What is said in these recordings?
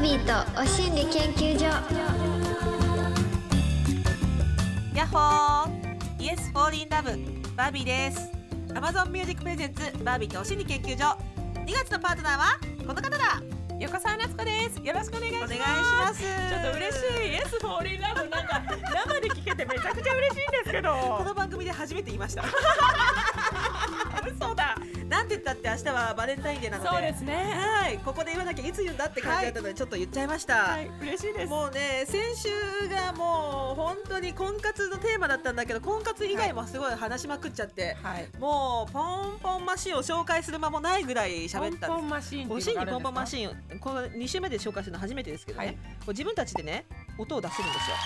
ビーとお心理研究所やっほーイエス・フォーリン・ラブバービーです Amazon ミュージックプレゼンツバービーとお心理研究所2月のパートナーはこの方だ横澤夏子です。よろしくお願いしおま願す。いしますちょっと嬉しい。イエスフォーリンラブなんか生で聞けてめちゃくちゃ嬉しいんですけど。この番組で初めて言い ましたそうだ。なんて言ったって明日はバレンタインデーなのでそうですね。はいここで言わなきゃいつ言うんだって感じだったのでちょっと言っちゃいました、はい、嬉しいです。もうね先週がもう本当に婚活のテーマだったんだけど婚活以外もすごい話しまくっちゃって、はい。もうポンポンマシンを紹介する間もないぐらい喋ったんポンポでンマシーンす。っていおうのがしあるんですか。にポンポンマシンこの2週目で紹介するの初めてですけどね、はいこう自分たちでね音を出せるんですよ。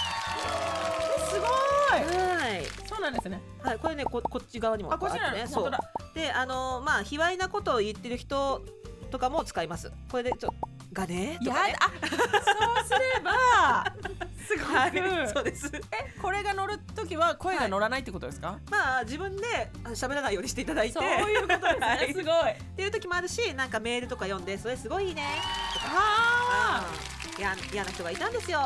すごい。はいそうなんですね。はいこれねここっち側にもあ、こちらってねの。そ本当うだ。であのーまあ卑猥なことを言ってる人とかも使います。これでちょがねとやだかね。。あ、そうすれば。すはい、そうです。え、これが乗るときは声が乗らないってことですか。まあ自分であ喋らないようにしていただいて、そういうことですはね。いすごい。あっていう時もあるし、なんかメールとか読んでそれすごいいいね。あうんや嫌な人がいたんですよ。ー。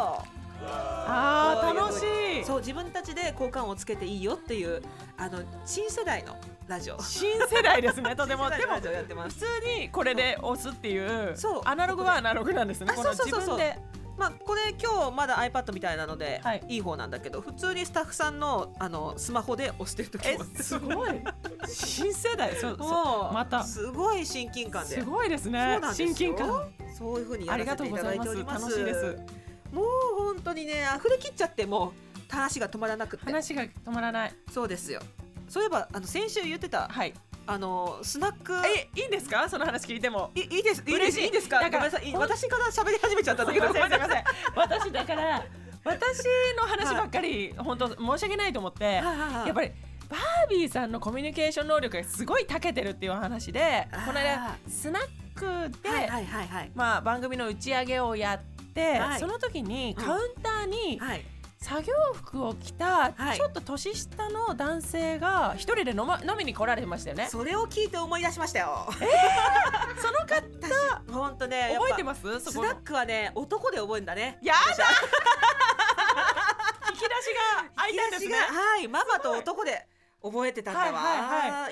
ああ、楽しい。そう自分たちで好感をつけていいよっていうあの新世代のラジオ。新世代ですね。とても。 新で世代のもラ。ジオやってま普す。通にこれで押すっていうそうアナログはアナログなんですねあこのそう自そうそうそう分でまあこれ今日まだ iPad みたいなので、はいい、い方なんだけど、普通にスタッフさんのあのスマホで押してる時えもあってすごい新世代そうそもうまたすごい親近う感で。すごいですそうねなんですよ親近感そういう風にやありらがせとてういごたざだいいますております。楽しいですもう本当にね溢れきっちゃってもう話が止まらなくて話が止まらないそうですよそういえばあの先週言ってたはいあのスナックえいいんですかその話聞いて もいいいですいいで嬉すしいいいですかなんごかめんなさいいほん私から喋り始めちゃったんだけどすいませんごめんなさい 私だから私の話ばっかり本当申し訳ないと思ってはいはいはいやっぱりバービーさんのコミュニケーション能力がすごい長けてるっていうお話であーこの間スナックで、はいはいはいはいまあ、番組の打ち上げをやって、はいその時にうんカウンターにはい作業服を着たはいちょっと年下の男性が一人で飲,、ま、飲みに来られてましたよね。そそれを聞いて思い出しましたよの方 私本当ね覚えてまますそスこのナックはね男で覚えるんだねやだ私引き出しが開いたんです私ねが。はいママと男で覚えてたんだわはい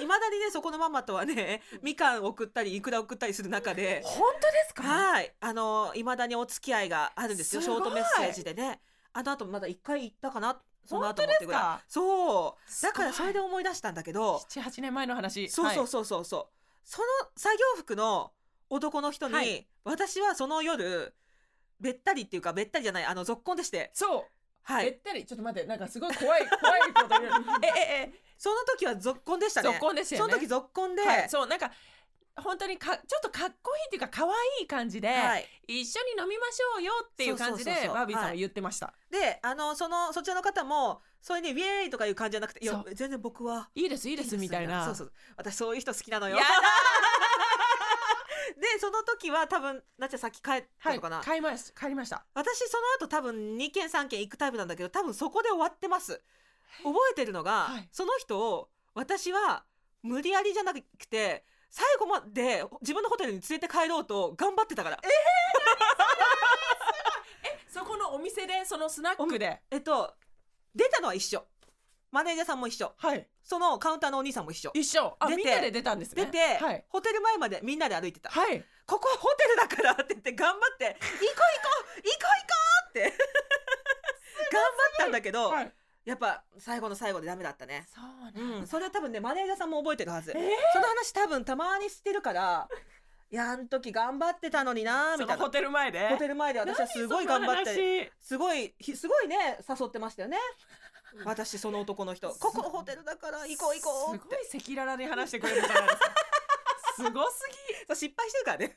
いま、はいだにねそこのママとはねみかん送ったりいくら送ったりする中で本当ですかはいあのいまだにお付き合いがあるんですよすシごョいートメッセージでねあの後まだ一回行ったかなその後本当もでっすかてぐらいそうすごだいからそれで思い出したんだけど78年前の話そうそそうそうそうそう、その作業服の男の人に、はい私はその夜べったりっていうかべったりじゃないあの続婚でしてうそう、はべいったりちょっと待ってなんかすごい怖い怖いこと 言うえええその時は続婚でしたね続婚ですよねその時続婚で、はい、そうなんか本当にかちょっとかっこいいっていうか可愛い感じで、はい一緒に飲みましょうよっていう感じでそうそうそうそうバービーさんははい言ってました、であのそのそちらの方もそれに「ウェーイ!」とかいう感じじゃなくて「いやそ、全然僕はいいですいいですみたいなそうそう私そういう人好きなのよやだでその時は多分なっちゃん先帰ったのかな、はい、買いまし帰りました私その後多分2件3件行くタイプなんだけど多分そこで終わってます覚えてるのが、はいその人を私は無理やりじゃなくて最後まで自分のホテルに連れて帰ろうと頑張ってたからえそこのお店でそのスナックでっと出たのは一緒マネージャーさんも一緒はいそのカウンターのお兄さんも一緒一緒あ出てみんなで出たんですね出て、はい、ホテル前までみんなで歩いてたはい、ここはホテルだからって言って頑張っ て行こう行こう行こう行こうって頑張ったんだけど、はい、やっぱ最後の最後でダメだったね。そうなんだうん、それは多分ねマネージャーさんも覚えてるはず、えーその話多分たまにしてるからいやあの時頑張ってたのになそみのたいなホテル前でホテル前で私はすごい頑張っててすごいひすごいね誘ってましたよ ね私その男の人すここホテルだから行こう行こうっすてごい赤裸々に話してくれるじゃないですかすごすぎそう失敗してるからね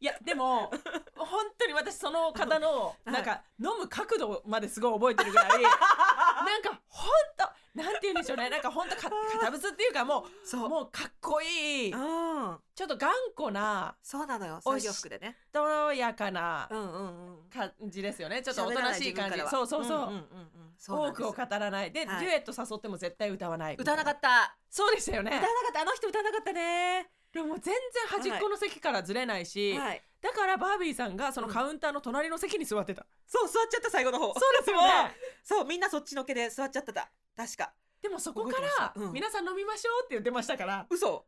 いやでも本当に私その方のいなんか飲む角度まですごい覚えてるぐら いなんか本当なんて言うんでしょうねなんか本当か堅物っていうかもそううもうかっこいいうんちょっと頑固なそうなのよお作いし業服でねとろやかなうんうんうん感じですよねちょっとおとなしい感じ喋らないそう自そう分そう,、からはうんうんうんうんそうな多んですくを語らないで、はいデュエット誘っても絶対歌わない歌わなかったったそうでしたよね歌わなかったあの人歌わなかったねでももう全然端っこの席からずれないし、はいだからバービーさんがそのカウンターの隣の席に座ってた、そう座っちゃった最後の方そうですよね そうみんなそっちのけで座っちゃってた確かでもそこか覚えてまらし、たうん皆さん飲みましょうって言ってました から嘘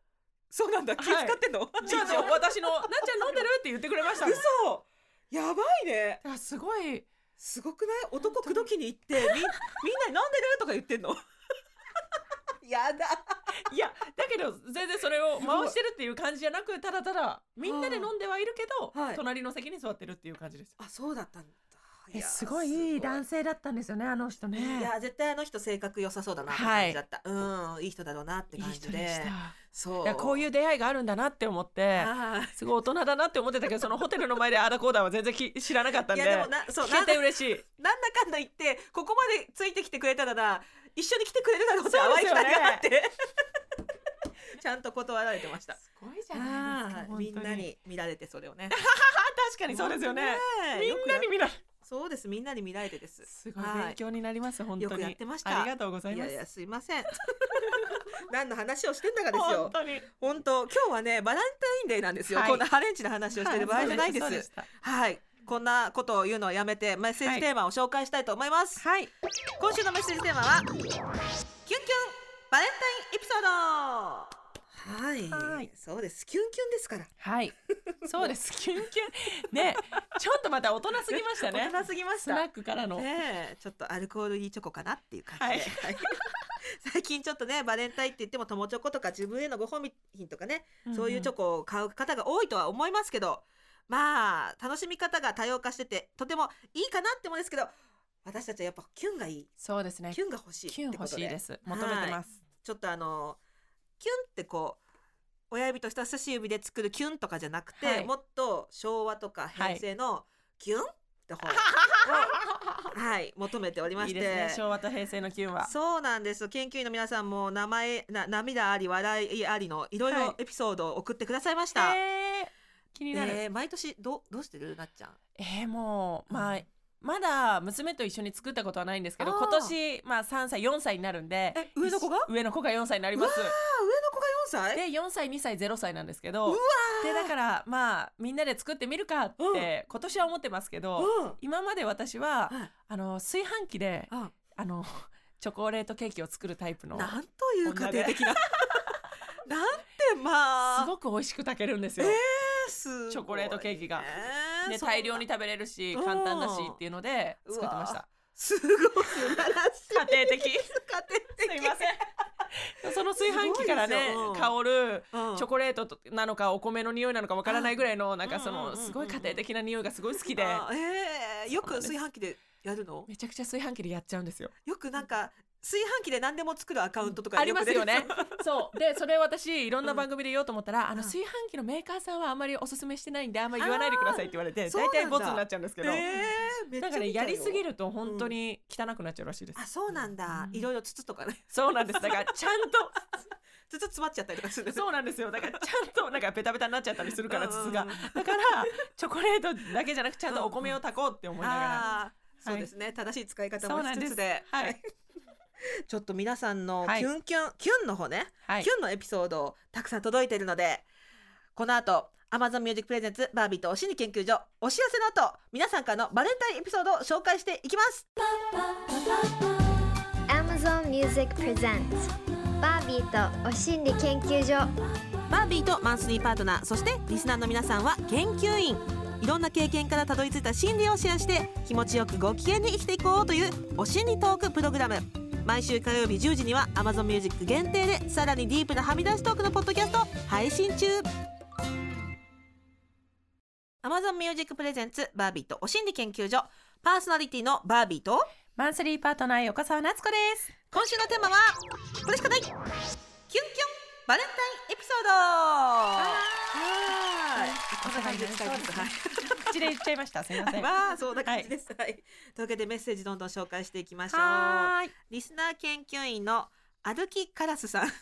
そうなんだはい気使ってんの、じゃあ一応私の「なっちゃん飲んでる?」って言ってくれましたもんだ嘘やばいねからすごいすごくない男口説きに行ってみみんなに飲んでるとか言ってんの やだ いやだけど全然それをすごい回してるっていう感じじゃなくただただみんなで飲んではいるけど、はい隣の席に座ってるっていう感じです。あそうだったんだえすごいいい男性性だったんですよねあの人いね。や絶対あの人性格良さそうだなっては感いじだった、うんいい人だろうなっていい感人じででした。そういやこうういう出会いがあるんだなって思ってはすごい大人だなって思ってた けどそのホテルの前であーだこうだは全然き知らなかったんいいでやでもなそう聞なんけて嬉しい。なんだかんだ言ってここまでついてきてくれたなら一緒に来てくれるだろうってそう淡でいす期よね待があって ちゃんと断られてましたすごいじあーみんな。本に見られてそれをね当確かにそうですよね。みんよくなやに見らそうですみんなに見られてですすごいは勉強になります本当に。よくやってましたありがとうございいまやす。いやすいません 何の話をしてんだかです本よ当に。本当今日はねバランタインデーなんですよ、はいこんなハレンチの話をしてる場合じゃないですそうしたはいこんなことを言うのをやめてメッセーはジいテーマを紹介したいと思います、はい。今週のメッセージテーマはキュンキュンバレンタインエピソードはいそうですキュンキュンですからはい。そうです。キュンキュン。ね、ちょっとまた大人すぎましたね。大人すぎましスナたックからの。ねえちょっとアルコールいいチョコかなっていう感じで、はい 最近ちょっとねバレンタインって言っても友チョコとか自分へのご褒美品とかねそういうチョコ。コを買う方が多いとは思いますけど、まあ、楽しみ方が多様化してて、とてもいいかなって思うんですけど、私たちはやっぱキュンがいい。そうですね。キュンが欲しいってキュンこと欲で。しいです。求めてます。ちょっとあの、キュンってこう、親指と人差し指で作るキュンとかじゃなくて、はいもっと昭和とか平成のキュンっ て方を、はい、求めておりまいしいて。ですね。昭和と平成のキュンは。そうなんです研究員の皆さんも名前な涙あり笑いありのいろいはいろエピソードを送ってくださいました、えー気になる。えー毎年どうどうしてるなっちゃんえー、もう、うんまあ。まだ娘と一緒に作ったことはないんですけどあー今年まあ3歳4歳になるんでえ上の子が一緒上の子が4歳になります上の子が4歳で4歳2歳0歳なんですけどうわでだからまあみんなで作ってみるかって今年は思ってますけど、う今まで私はん、はいあの炊飯器でああの チョコレートケーキを作るタイプのなんという家庭的な なんてますあごく美味しく炊けるんですよ。すチョコレートケーキがでそんな大量に食べれるしうん簡単だしっていうのでうわ作ってました。すごい素晴ら しい家庭的す家庭的いませ ん。その炊飯器からねすごいですよ香るうんチョコレートとなのかお米の匂いなのかわからないぐらいのなんかそうんうんうのんうんすごい家庭的な匂いがすごい好きであえーよくそうなんです炊飯器でやるのめちゃくちゃ炊飯器でやっちゃうんですよ。よくなんか炊飯器で何でも作るアカウントとかありますよねく出て き。そうでそれ私いろんな番組で言おうと思ったら、あうんの炊飯器のメーカーさんはあんまりおすすめしてないんであんまり言わないでくださいって言われてあーそう大なんだ体ボツになっちゃうんですけそうど、えーめっちゃだから見たやよりすぎると本当に汚くなっちゃうらしいです、あそうなんだうんいろいろ筒とかねそうなんですだからちゃん筒詰まっちゃったりとかするんでとすよそうなんですよだからちゃんとなんかベタベタになっちゃったりするから筒がうんうんうんだからチョコレートだけじゃなくちゃんとお米を炊こうって思いながら、あーそうですね正しい使い方そもうなんしでつすつではいはい ちょっと皆さんのはいキュンキュンキュンの方ねはいキュンのエピソードたくさん届いてるのでこの後 Amazon Music Presents バービーとおしに研究所お知らせの後皆さんからのバレンタインエピソードを紹介していきます Amazon Music Presents バービーとお心理研究所バービーとマンスリーパートナーそしてリスナーの皆さんは研究員いろんな経験からたどり着いた心理をシェアして気持ちよくご機嫌に生きていこうというお心理トークプログラム毎週火曜日10時には Amazon Music 限定でさらにディープなはみ出しトークのポッドキャストを配信中 Amazon Music Presents バービーとお心理研究所パーソナリティのバービーとマンスリーパートナー横澤夏子です今週のテーマはこれしかないキュンキュンバレンタインエピソードはいこんな感じで使いまそうすですはね口で言っちゃいましたすいませいんまあそんな感じですはい、というわけでメッセージどんどん紹介していきましょうはーいリスナー研究員の歩きカラスさん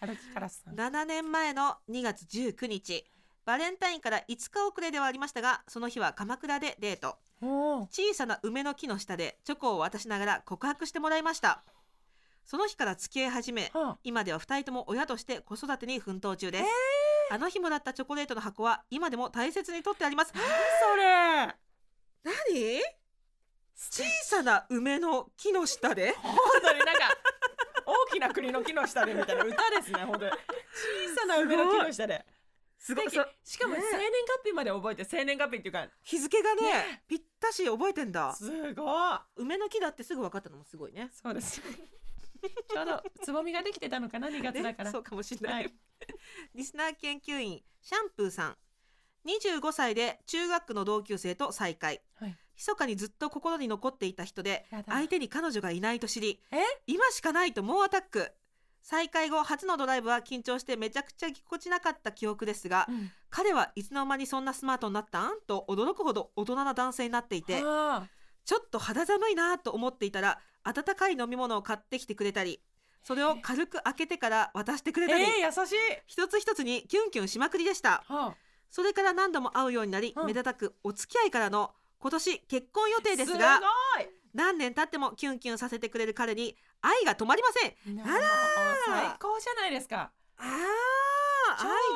春木からさん7年前の2月19日バレンタインから5日遅れではありましたがその日は鎌倉でデートおー小さな梅の木の下でチョコを渡しながら告白してもらいましたその日から付き合い始めはあ今では二人とも親として子育てに奮闘中です、あの日もらったチョコレートの箱は今でも大切に取ってあります。それ何小さな梅の木の下 で本当になんか大きな国の木の下でみたいな歌ですね本当に小さな梅の木の下で。素敵すごいしかも生ね年月日まで覚えて生年月日っていうか日付がねねぴったし覚えてんだすごい梅の木だってすぐ分かったのもすごいねそうです。ちょうどつぼみができてたのかな2月だから。ね そうかもしれない、はいリスナー研究員シャンプーさん25歳で中学の同級生と再会はい密かにずっと心に残っていた人でやだ相手に彼女がいないと知りえ今しかないと猛アタック再会後初のドライブは緊張してめちゃくちゃぎこちなかった記憶ですがうん彼はいつの間にそんなスマートになったんと驚くほど大人な男性になっていてあちょっと肌寒いなと思っていたら温かい飲み物を買ってきてくれたりそれを軽く開けてから渡してくーれたり、えー、優しい。一つ一つにキュンキュンしまくりでしたはあ、それから何度も会うようになり、うん目立たくお付き合いからの今年結婚予定ですがご何年経ってもキュンキュンさせてくれる彼に愛が止まりませんい。あらー最高じゃないですか。あ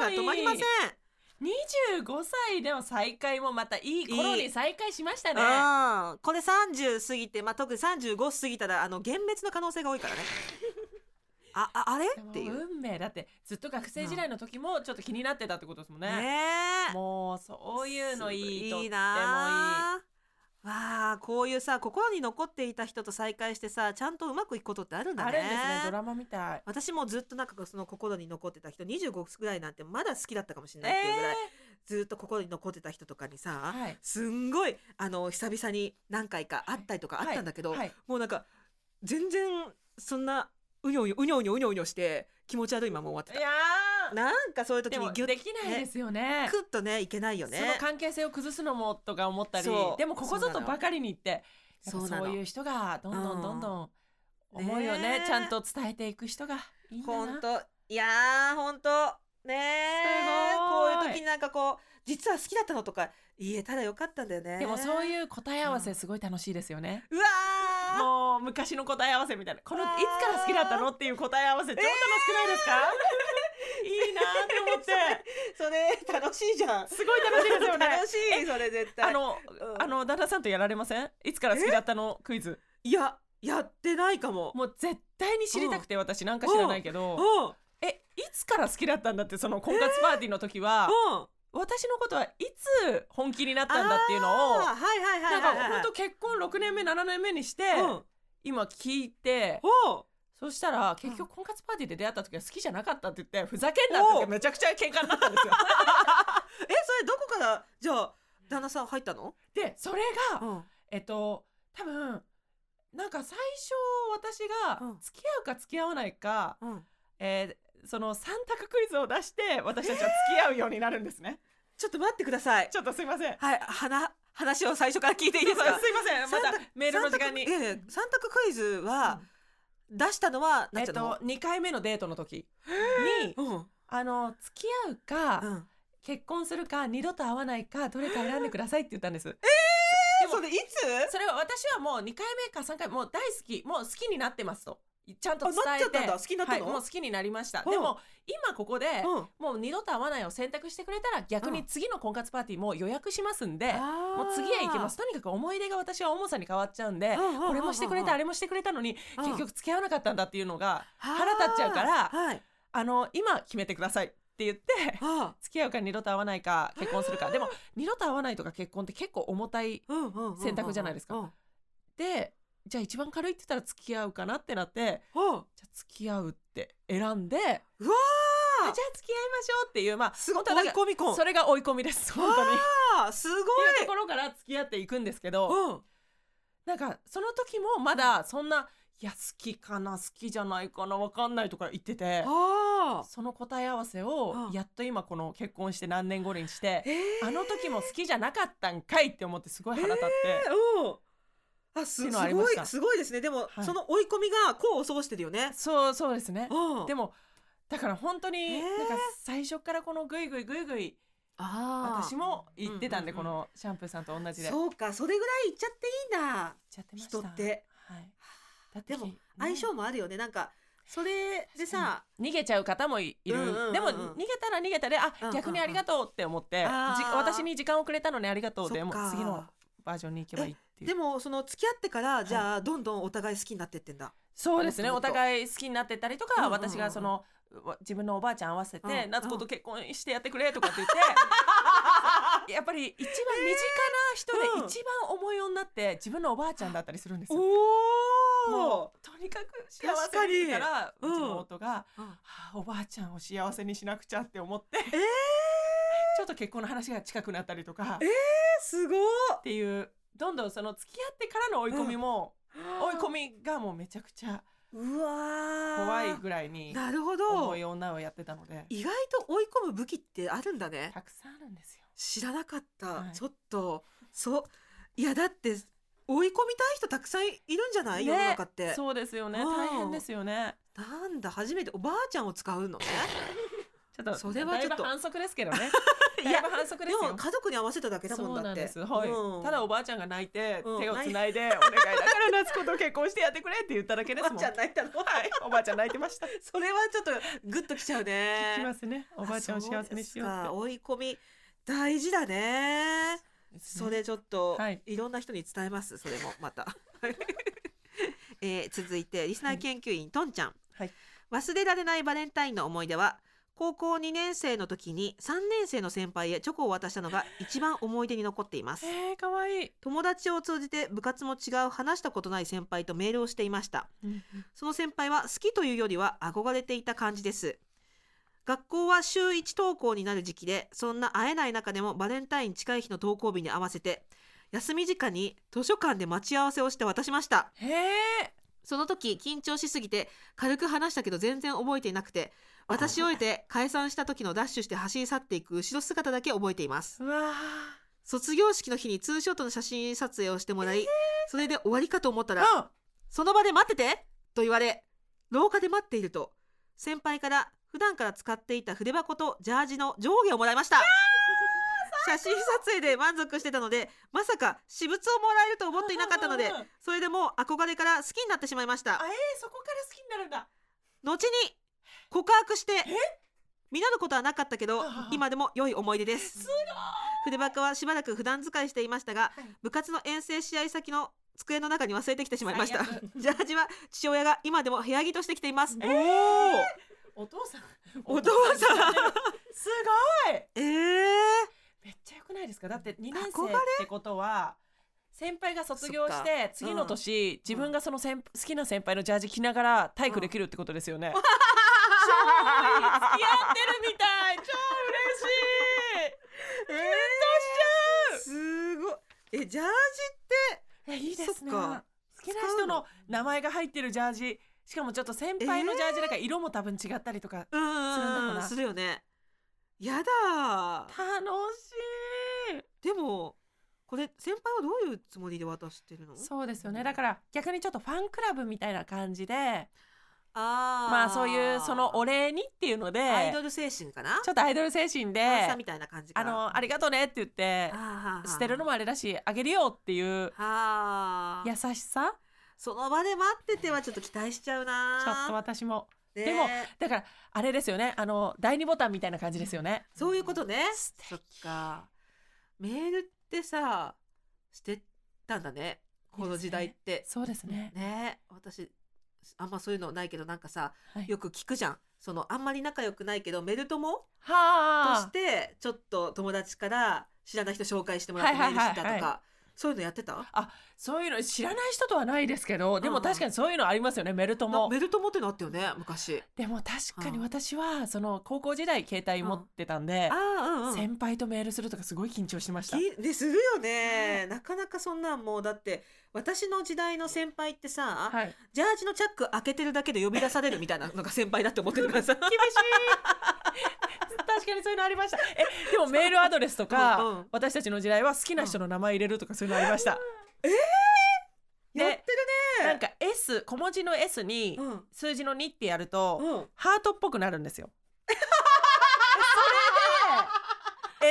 ー愛が止まりません25歳での再会もまたいい頃いにい再会しましたね。うんこれ30過ぎて、まあ、特に35過ぎたらあの幻滅の可能性が多 いからねあああれでもっていう運命だってずっと学生時代の時もちょっと気になってたってことですもんねね。えもうそういうのいいとってもいい。なあわあこういうさ心に残っていた人と再会してさちゃんとうまくいくことってあるんだねあるんですねドラマみたい。私もずっとなんかその心に残ってた人25ぐらいなんてまだ好きだったかもしれえないっていうぐらい、ずっと心に残ってた人とかにーさ、はい。すんごいあの久々に何回か会ったりとかあったんだけど、はいはいもうなんか全然そんなうにょうにょうにょうにょうにょうにょして気持ち悪いまま終わっていやーたなんかそういう時でにもギュッできないですよね。クッとねいけないよねその関係性を崩すのもとか思ったりそうでもここぞとばかりにってやっぱそうなのそういう人がどんどうんんどんどん思いをねねえちゃんと伝えていく人がいいんだな本当いやー本当ねえすこごいういう時になんかこう実は好きだったのとか言えたらよかったんだよねでもそうういう答え合わせすごい楽しいですよね、うわーもう昔の答え合わせみたいなこのいつあかーら好きだったのっていう答え合わせ超楽しくないですか、 いいなーって思って それ楽しいじゃんすごい楽しいですよね楽しいそれ絶対あの、うんあの旦那さんとやられませんいつから好きだったのクイズいややってないかももう絶対に知りたくて私なんか知らないけど、うんうんえいつから好きだったんだってその婚活パーティーの時は、あ私のことはいつ本気になったんだっていうのをーはいはいはいなはんいかはい本当結婚6年目7年目にして、うん今聞いておうそしたら結局婚活パーティーで出会った時は好きじゃなかったって言ってふざけんなって言っておめちゃくちゃ喧嘩になったん ですよ。えそれどこからじゃあ旦那さん入ったのでそれが、んえっと多分なんか最初私うがん付き合うか付き合わないか、うんえーその3択クイズを出して私たちは付き合うようになるんですね。ちょっと待ってください ちょっとすいませんはい話話を最初から聞いていいですそうかそうすいませんま三た択メールの時間に三択いやいや三択クイズは、出したのはなえっっちゃんのと方、 2回目のデートの時にうんあの付き合うか、うん結婚するか二度と会わないかどれか選んでくださいって言ったんです、えそれいつ それは私はもう2回目か3回目もう大好きもう好きになってますとちゃんとあな伝っちゃえったんてだ好きになったはい、の、もう好きになりました、うんでも今ここで、うんもう二度と会わないを選択してくれたら逆うにん次の婚活パーティーも予約しますんで、ももう次へ行きますとにかく思い出が私は重さに変わっちゃうんで、これもしてくれてあれもしてくれたのに、うん結局付き合わなかったんだっていうのが腹立っちゃうからはいあの今決めてくださいって言ってあ付き合うか二度と会わないか結婚するかでも二度と会わないとか結婚って結構重たいーうんうんうんうん選択じゃないですかうんでじゃあ一番軽いって言ったら付き合うかなってなってうんじゃあ付き合うって選んであじゃうわあ付き合いましょうっていうまあすご本い当は追いだか込みら婚それが追い込みです本当に。ってあーすごいいうところから付き合っていくんですけどうんなんかその時もまだそんな「いや好きかな好きじゃないかな分かんない」とか言ってて。あーその答え合わせをうんやっと今この結婚して何年後にしてえーあの時も好きじゃなかったんかいって思ってすごい腹立って、うんあすっていすうのありまごしいたすごいですねでも、はいその追い込みが功を奏してるよねそうそうですね、うんでもだから本当に、えーなんか最初からこのグイグイグイグイあー私も言ってたんで、うんうんうんこのシャンプーさんと同じで言っそうかそれぐらいいっちゃっていいんだちゃってました人ってはい、だでもね相性もあるよねなんかそれでさ、逃げちゃう方もいいる、うんうんうんうんでも逃げたら逃げたであ、うんうん逆にありがとうって思ってじあー私に時間をくれたのにありがとうでそっもかう次のバージョンに行けばいいっていうでもその付き合ってからじゃあどんどんお互い好きになってってんだ。そうですねもおっともっと互い好きになってたりとか、うんうんうん私がそのわ自分のおばあちゃん合わせて、うん夏子と結婚してやってくれとかって言って、 やっぱり一番身近な人うんで一番重い女って自分のおばあちゃんだったりするんですよ。もおうとにかく幸せにしたらうち確かにうんの夫が、お。はあおばあちゃんを幸せにしなくちゃって思って、えー ちょっと結婚の話が近くなったりとかっえすごい。ていうどんどんその付き合ってからの追い込みも、追い込みがもうめちゃくちゃうわー怖いぐらいになるほど重い。女をやってたので意外と追い込む武器ってあるんだね。たくさんあるんですよ。知らなかった。はいちょっとそういやだって追い込みたい人たくさんいるんじゃない、ね世の中って。そうですよねうん大変ですよね。なんだ初めておばあちゃんを使 うのね。ちょっとそれはちょだいっとぶ反則ですけどね。 いだいやぶ反則でですよも。家族に合わせただけだもそんだって。うなんです、はいうんただおばあちゃんが泣いて、うん手をつないで「お願いだから夏子と結婚してやってくれ」って言っただけですもんおばあちゃん泣いたの はいおばあちゃん泣いてましたそれはちょっとグッときちゃうね。きますねおばあちゃんを幸せにしようあっそうですか追い込み大事だね。てそれちょっと、はいい、ろんな人に伝えます。それもまた。 はいえー続いてリスナー研究員、とんちゃん、はい忘れられないバレンタインの思い出は高校2年生の時に3年生の先輩へチョコを渡したのが一番思い出に残っています。えー、かわいい、友達を通じて部活も違う話したことない先輩とメールをしていました。その先輩は好きというよりは憧れていた感じです。学校は週1登校になる時期で、そんな会えない中でもバレンタイン近い日の登校日に合わせて、休み時間に図書館で待ち合わせをして渡しました。へえその時緊張しすぎて軽く話したけど全然覚えていなくて、渡し終えて解散した時のダッシュして走り去っていく後ろ姿だけ覚えています。うわ卒業式の日にツーショットの写真撮影をしてもらい、それで終わりかと思ったら、あその場で待っててと言われ、廊下で待っていると、先輩から普段から使っていた筆箱とジャージの上下をもらいました。写真撮影で満足してたので、まさか私物をもらえると思っていなかったのでうんうんうん、それでもう憧れから好きになってしまいましたあ。えー、そこから好きになるんだ後に告白して、実ることはなかったけどああ、今でも良い思い出です。す筆箱はしばらく普段使いしていましたが、はい部活の遠征試合先の机の中に忘れてきてしまいました最悪 ジャージは父親が今でも部屋着としてきています、えーごいお父さんお父さん すごいえーめっちゃ良くないですかだって2年生憧っれてことは先輩が卒業しそて次の年、自分がその先好きな先輩のジャージ着ながら体育できるってことです よね、超いい付き合ってるみたい超嬉しい、えー、すごいえジャージって えいいですねそっ好かきな人の名前が入ってるジャージしかもちょっと先輩のジャージだから色も多分違ったりとか、うんするんだろううんなするよねやだ楽しいでもこれ先輩はどういうつもりで渡してるのそうですよねだから逆にちょっとファンクラブみたいな感じであーまあそういうそのお礼にっていうのでアイドル精神かなちょっとアイドル精神でファンサみたいな感じかあなのありがとうねって言ってあー捨てるのもあれだしあげるよっていうはあ優しさその場で待っててはちょっと期待しちゃうなちょっと私もねでもだからあれですよねあの第二ボタンみたいな感じですよねそういうことね素敵そっかメールってさしてたんだねこの時代ってそうですねね私あんまそういうのないけどなんかさはいよく聞くじゃんそのあんまり仲良くないけどメル友とはあしてちょっと友達から知らない人紹介してもらってメールしてたとか、はいはいはいそういうのやってたそういうの知らない人とはないですけどでうんもうん確かにそういうのありますよねメルトなもメル友ってのあったよね昔でも確かにうん私はその高校時代携帯持ってたんであ先輩とメールするとかすごい緊張してましたきでするよねなかなかそんなんもうだって私の時代の先輩ってさ、はいジャージのチャック開けてるだけで呼び出されるみたいなのが先輩だって思ってるから さ厳しい確かにそういうのありましたえでもメールアドレスとか、うんうん私たちの時代は好きな人の名前入れるとかそういうのありました、やってるなんねか S 小文字の S にうん数字の2ってやると、うんハートっぽくなるんですよそ れ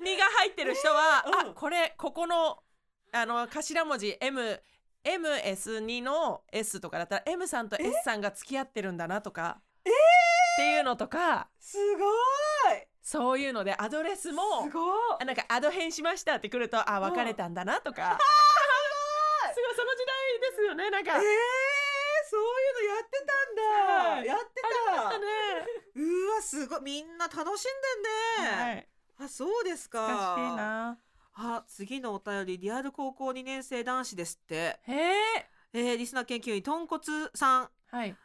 で S2 が入ってる人は、うんあこれここのあの頭文字 M MS2 の S とかだったら M さんと S さんが付き合ってるんだなとか、っていうのとかすごいそういうのでアドレスもすごいあなんかアド変しましたってくるとあ別れたんだなと か。すごいその時代ですよねなんか。えー、そういうのやってたんだ、はいやってたありまうわすごいみんな楽しんでしんたね、ね。はい。あそうですか難しいな。あ次のお便りリアル高校2年生男子ですってへえ。えー、リスナー研究員とんこつさん、はい。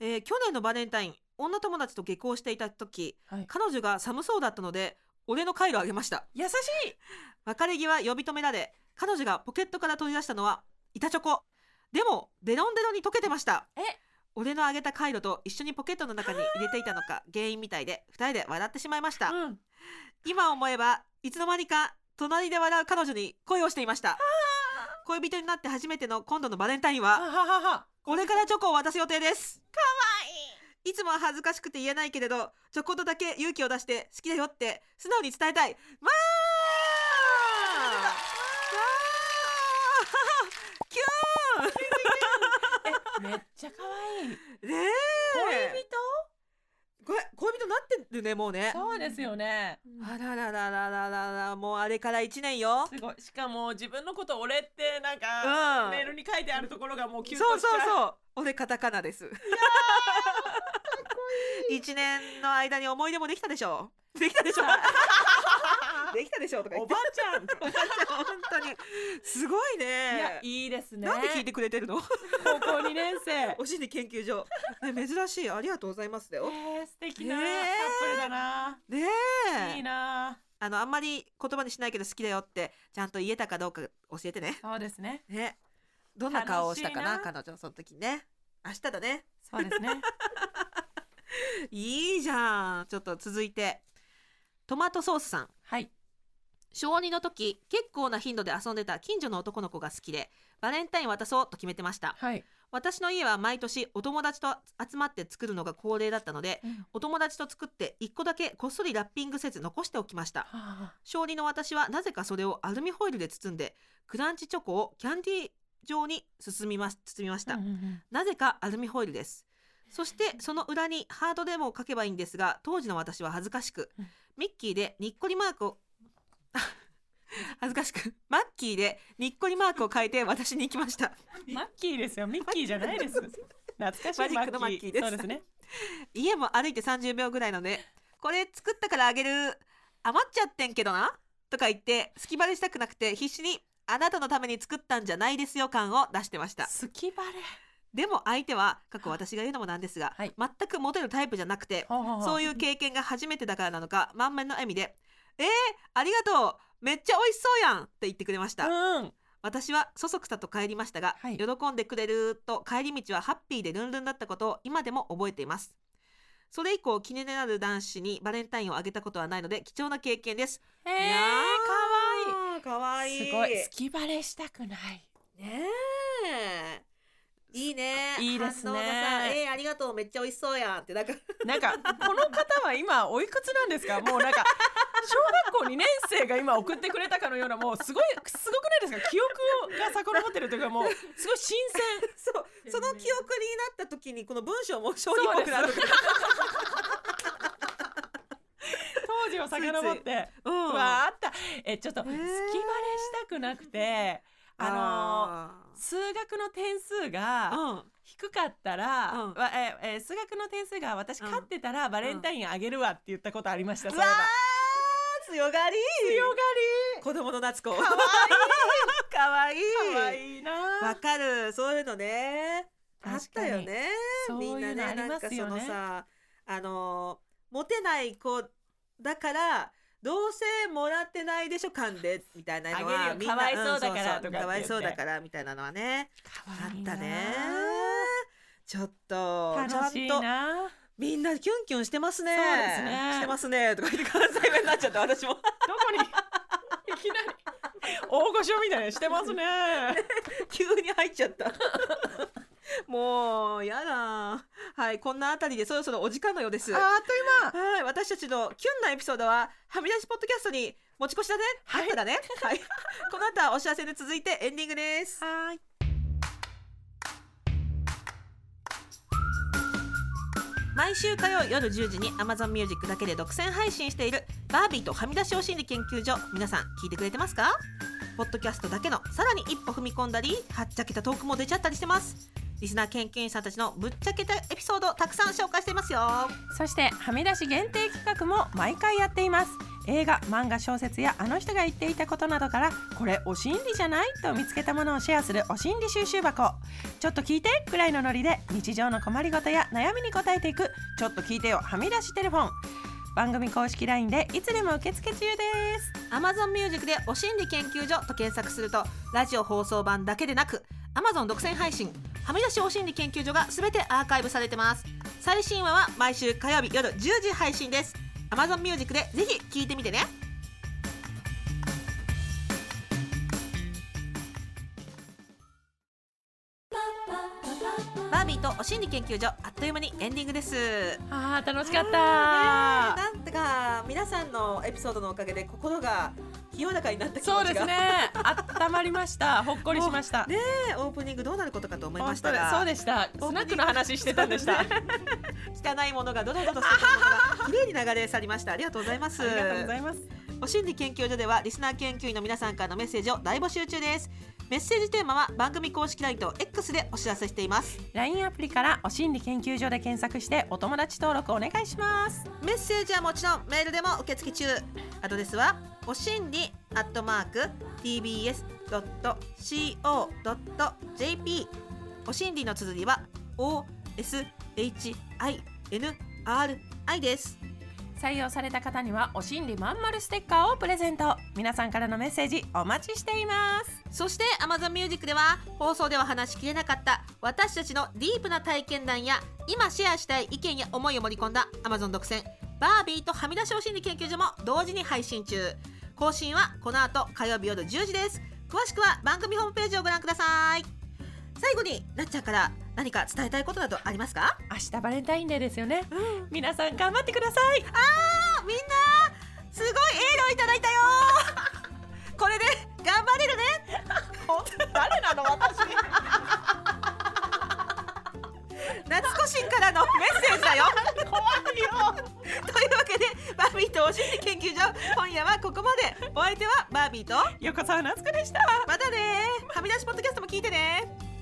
えー去年のバレンタイン女友達と下校していた時はい。彼女が寒そうだったので俺のカイロあげました優しい。別れ際呼び止められ彼女がポケットから取り出したのは板チョコでもデロンデロンに溶けてましたえ俺のあげたカイロと一緒にポケットの中に入れていたのか原因みたいで2人で笑ってしまいました、うん。今思えばいつの間にか隣で笑う彼女に恋をしていました恋人になって初めての今度のバレンタインあはははは。これからチョコを渡す予定ですかわいいいつもは恥ずかしくて言えないけれどチョコとだけ勇気を出して好きだよって素直に伝えたいまあめっちゃ可 愛い。ねえ恋人恋人なってるねもうねそうですよね。あらららららららもうあれから一年よすごい。しかも自分のこと俺ってなんうかんメールに書いてあるところがもうキュンそとうしちゃそうう。そう俺カタカナです一年の間に思い出もできたでし ょうできたでしょうできたでしょうとか言おってばあちゃん。おばあちゃん本当にすごいねいやいいですね。なんで聞いてくれてるの高校2年生。えお心理研究所、ね、珍しいありがとうございますだよー、素敵なカッねえプルだな。ねえいいな。あのあんまり言葉にしないけど好きだよってちゃんと言えたかどうか教えてねそうですね。ねどんな顔をしたかな楽しい彼女その時ね明日だねそう ですね。いいじゃんちょっと続いてトマトソースさんはい。小2の時結構な頻度で遊んでた近所の男の子が好きでバレンタイン渡そうと決めてましたはい。私の家は毎年お友達と集まって作るのが恒例だったのでうんお友達と作って1個だけこっそりラッピングせず残しておきましたは勝利の私はなぜかそれをアルミホイルで包んでクランチチョコをキャンディー状に包みます包みましあた、なぜかアルミホイルですそしてその裏にハートでも書けばいいんですが当時の私は恥ずかしくうんミッキーでにっこりマークを恥ずかしくマッキーでにっこりマークを書いて私に行きましたマッキーですよ。ミッキーじゃないです。懐かしいマジックのマッキーですそうですね。家も歩いて30秒ぐらいのでこれ作ったからあげる余っちゃってんけどなとか言って隙バレしたくなくて必死にあなたのために作ったんじゃないですよ感を出してました好きバレ。でも相手は過去私が言うのもなんですが、はい全くモテるタイプじゃなくてそういう経験が初めてだからなのか満面の笑みで「えー、ありがとうめっちゃ美味しそうやん!」って言ってくれました、うん。私はそそくさと帰りましたが、はい喜んでくれると帰り道はハッピーでルンルンだったことを今でも覚えていますそれ以降気になる男子にバレンタインをあげたことはないので貴重な経験ですえええいかわいいー、かわいい。すごい。好きバレしたくない。ねえいいねいいですね反応がさえー、ありがとうめっちゃ美味しそうやんってなんか なんか、この方は今、おいくつなんですかもうなんか、小学校2年生が今送ってくれたかのような、もうすごい、すごくないですか記憶が遡ってるというか、もう、すごい新鮮。そうその記憶になった時にこの文章も小児っぽくなそるうで当時を遡っついつて。うんうわあった。え、ちょっと、ね隙えバレしたくなくて、あの、数学の点数が、のうん低かったら、うんわええ数学の点数が私勝ってたらバレンタインあげるわって言ったことありました、うそういわえばー強がり強が子供の夏子かわいいり可愛いなわかるそういうのねあっ確たかによねそうみいうんのなねありなんますかよそねのさあのモテない子だからどうせもらってないでしょ勘でみたいなあのはげるよみんなかわいそうだからんとかって言ってかわいそうだからみたいなのはね可あ愛いっなたねちょっとちゃ楽んしいとなみんなキュンキュンしてますねそうですねしてますねとか言って関西弁になっちゃった私もどこに いきなり大御所みたいにしてます ね急に入っちゃった もうやだはいこんなあたりでそろそろお時間のようですあっという間はい、私たちのキュンなエピソードは、はみ出しポッドキャストに持ち越しだね。はい、だね。はい。この後はお知らせで続いてエンディングです。はーい毎週火曜夜10時に Amazon Music だけで独占配信しているバービーとはみ出しお心理研究所皆さん聞いてくれてますかポッドキャストだけのさらに一歩踏み込んだりはっちゃけたトークも出ちゃったりしてますリスナー研究員さんたちのぶっちゃけたエピソードをたくさん紹介していますよそしてはみ出し限定企画も毎回やっています映画漫画小説やあの人が言っていたことなどからこれお心理じゃないと見つけたものをシェアするお心理収集箱ちょっと聞いてくらいのノリで日常の困りごとや悩みに答えていくちょっと聞いてよはみ出しテレフォン番組公式 LINE でいつでも受付中です Amazon Music で「お心理研究所」と検索するとラジオ放送版だけでなく Amazon 独占配信はみ出しお心理研究所が全てアーカイブされてます最新話は毎週火曜日夜10時配信です Amazon Music でぜひ聞いてみてねバービーとお心理研究所あっという間にエンディングですあー楽しかっあーたなんてか皆さんのエピソードのおかげで心が清らかになった気持ちがそうですね温まりましたほっこりしましたねオープニングどうなることかと思いま本し当たでがそうでしたスナックの話してたんで した、そう 汚いものがどのどのしていたのか綺麗に流れ去りましたありがとうございますありがとうございますお心理研究所ではリスナー研究員の皆さんからのメッセージを大募集中ですメッセージテーマは番組公式 LINE と X でお知らせしています LINE アプリからお心理研究所で検索してお友達登録お願いしますメッセージはもちろんメールでも受付中アドレスはおしんりアットマーク tbs.co.jp おしんりの綴りは oshinri です採用された方にはお心理まんまるステッカーをプレゼント皆さんからのメッセージお待ちしていますそして Amazon Music では放送では話しきれなかった私たちのディープな体験談や今シェアしたい意見や思いを盛り込んだ Amazon 独占バービーとはみ出しお心理研究所も同時に配信中更新はこの後火曜日夜10時です詳しくは番組ホームページをご覧ください最後になっちゃんから何か伝えたいことなどありますか明日バレンタインデーですよね、皆さん頑張ってくださいあみんなすごいエールをいただいた よこれで頑張れるね誰なの私夏子新からのメッセージだよ怖いよというわけでバービーとお心理研究所今夜はここまでお相手はバービーと横澤夏子でしたまたねはみ出しポッドキャストも聞いてね